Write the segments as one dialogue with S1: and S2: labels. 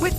S1: With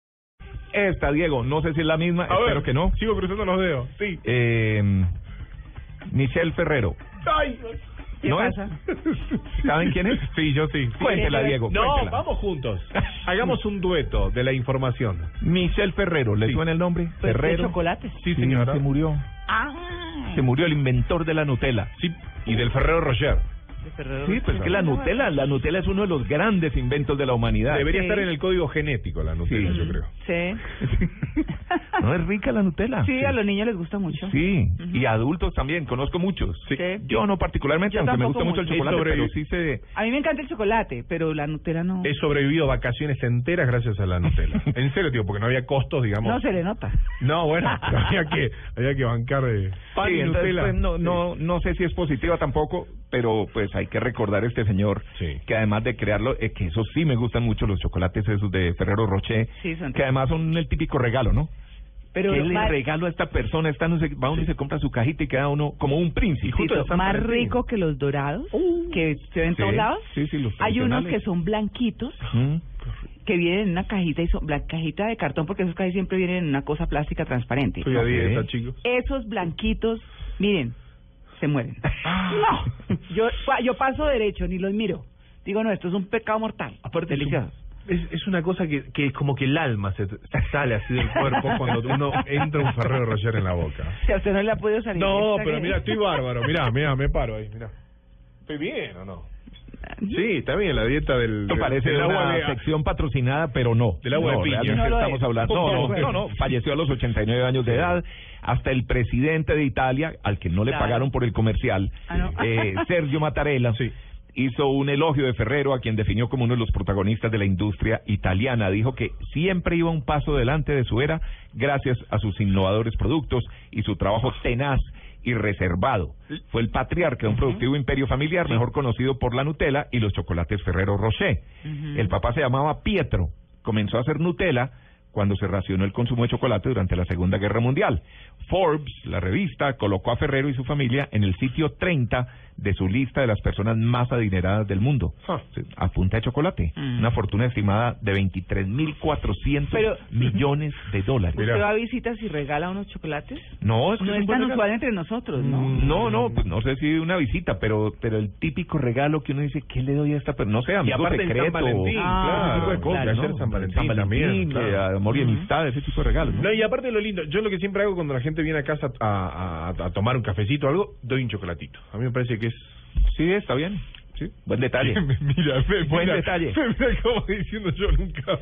S2: Esta, Diego, no sé si es la misma,
S3: A
S2: espero
S3: ver,
S2: que no.
S3: Sigo cruzando los dedos. Sí.
S2: Eh, Michelle Ferrero.
S3: Ay.
S2: ¿No es? ¿Saben quién es?
S3: Sí, yo sí.
S2: Cuéntela, Diego,
S3: No,
S2: cuéntela.
S3: vamos juntos. Hagamos un dueto de la información.
S2: Michelle Ferrero, ¿le
S3: Sí.
S2: suena el nombre?
S4: Pues,
S2: Ferrero.
S4: de chocolates.
S3: Sí,
S2: Sí,
S3: señora.
S2: se murió.
S4: Ah,
S2: Se murió el inventor de la Nutella.
S3: Sí, y del Ferrero Rocher.
S2: Sí, pues es que la Nutella, la Nutella es uno de los grandes inventos de la humanidad.
S3: Debería
S4: Sí.
S3: estar en el código genético la Nutella,
S2: Sí.
S3: yo creo.
S4: Sí.
S2: Ah, No es rica la Nutella.
S4: Sí, a los niños les gusta mucho.
S2: Sí, y adultos también, conozco muchos.
S4: Sí.
S2: Yo no particularmente,
S4: Yo
S2: aunque me gusta mucho
S4: tampoco
S2: el
S4: mucho.
S2: chocolate,
S3: Sobre-
S2: pero sí se...
S4: A mí me encanta el chocolate, pero la Nutella no.
S3: He sobrevivido vacaciones enteras gracias a la Nutella. En serio, tío, porque no había costos, digamos.
S4: No se le nota.
S3: No, bueno, había que, había que bancar eh, pan
S2: Sí,
S3: y
S2: entonces,
S3: Nutella.
S2: pues, no, no, no sé si es positiva tampoco, pero pues hay que recordar a este señor
S3: Sí.
S2: que además de crearlo, es que eso sí me gustan mucho los chocolates esos de Ferrero Rocher,
S4: Sí, son
S2: que además son el típico regalo, ¿no?
S4: Pero
S2: ¿Qué le
S4: más,
S2: regalo a esta persona? Esta no se, va uno y se compra su cajita y queda uno como un príncipe.
S4: Tito,
S2: Justo de San
S4: más
S2: Valentín.
S4: rico que los dorados, que se ven en
S2: Sí,
S4: todos lados.
S2: sí, sí, los
S4: Hay unos
S2: tradicionales.
S4: que son blanquitos,
S2: Mm.
S4: que vienen en una cajita, y son blan- cajita de cartón, porque esos casi siempre vienen en una cosa plástica transparente.
S3: Estoy a
S2: Ok.
S3: dieta, chicos.
S4: Esos blanquitos, miren, se mueren.
S3: Ah.
S4: No, yo, yo paso derecho, ni los miro. Digo, no, esto es un pecado mortal.
S3: Aparte,
S4: Delicado.
S3: Es, es una cosa que, que es como que el alma se, se sale así del cuerpo cuando uno entra un Ferrero Rocher en la boca.
S4: Si a usted no le ha podido salir.
S3: No,
S4: está
S3: pero
S4: bien.
S3: mira, estoy bárbaro. Mira, mira, me paro ahí, mira. ¿Estoy bien o no? Sí, está bien la dieta del,
S2: Esto parece
S3: del agua
S2: una
S3: de
S2: sección patrocinada, pero no.
S3: Del agua de
S2: No,
S3: piña.
S2: realmente
S4: No lo
S2: estamos
S4: es.
S2: hablando.
S4: Un
S2: No,
S4: poco
S2: no,
S4: de
S2: no, no, falleció a los 89 años de edad. Hasta el presidente de Italia, al que no le
S4: Claro.
S2: pagaron por el comercial,
S4: Ah, no.
S2: eh, Sergio Mattarella,
S3: Sí.
S2: hizo un elogio de Ferrero, a quien definió como uno de los protagonistas de la industria italiana. Dijo que siempre iba un paso delante de su era gracias a sus innovadores productos y su trabajo
S4: Ah.
S2: tenaz y reservado. Fue el patriarca de un productivo imperio familiar, mejor conocido por la Nutella y los chocolates Ferrero Rocher. El papá se llamaba Pietro. Comenzó a hacer Nutella cuando se racionó el consumo de chocolate durante la Segunda Guerra Mundial. Forbes, la revista, colocó a Ferrero y su familia en el sitio 30 de su lista de las personas más adineradas del mundo.
S3: Ah.
S2: Sí, A punta de chocolate.
S4: Mm.
S2: Una fortuna estimada de 23.400
S4: Pero-
S2: millones de dólares.
S3: Mira.
S4: ¿Usted va a visitas y regala unos chocolates?
S2: No, es, que
S4: No
S2: es un
S4: es
S2: buen
S4: tan
S2: regalo.
S4: usual entre nosotros, ¿no?
S3: Mm,
S2: No, no, pues no sé si una visita, pero pero el típico regalo que uno dice, ¿qué le doy a esta persona? No sé, amigo
S3: aparte en San
S2: secreto. Ah,
S3: Valentín,
S4: claro,
S2: ese tipo de cosas,
S4: claro,
S2: ¿no?
S3: ¿no? San Valentín también,
S2: que
S3: claro.
S2: amor y amistad, ese tipo de regalos. ¿no?
S3: No, y aparte lo lindo, yo lo que siempre hago cuando la gente viene a casa a, a- a tomar un cafecito o algo, doy un chocolatito. A mí me parece que es...
S2: Sí, está bien. Sí. Buen detalle.
S3: mira, me,
S2: Buen
S3: mira,
S2: detalle.
S3: Me, mira como diciendo yo nunca...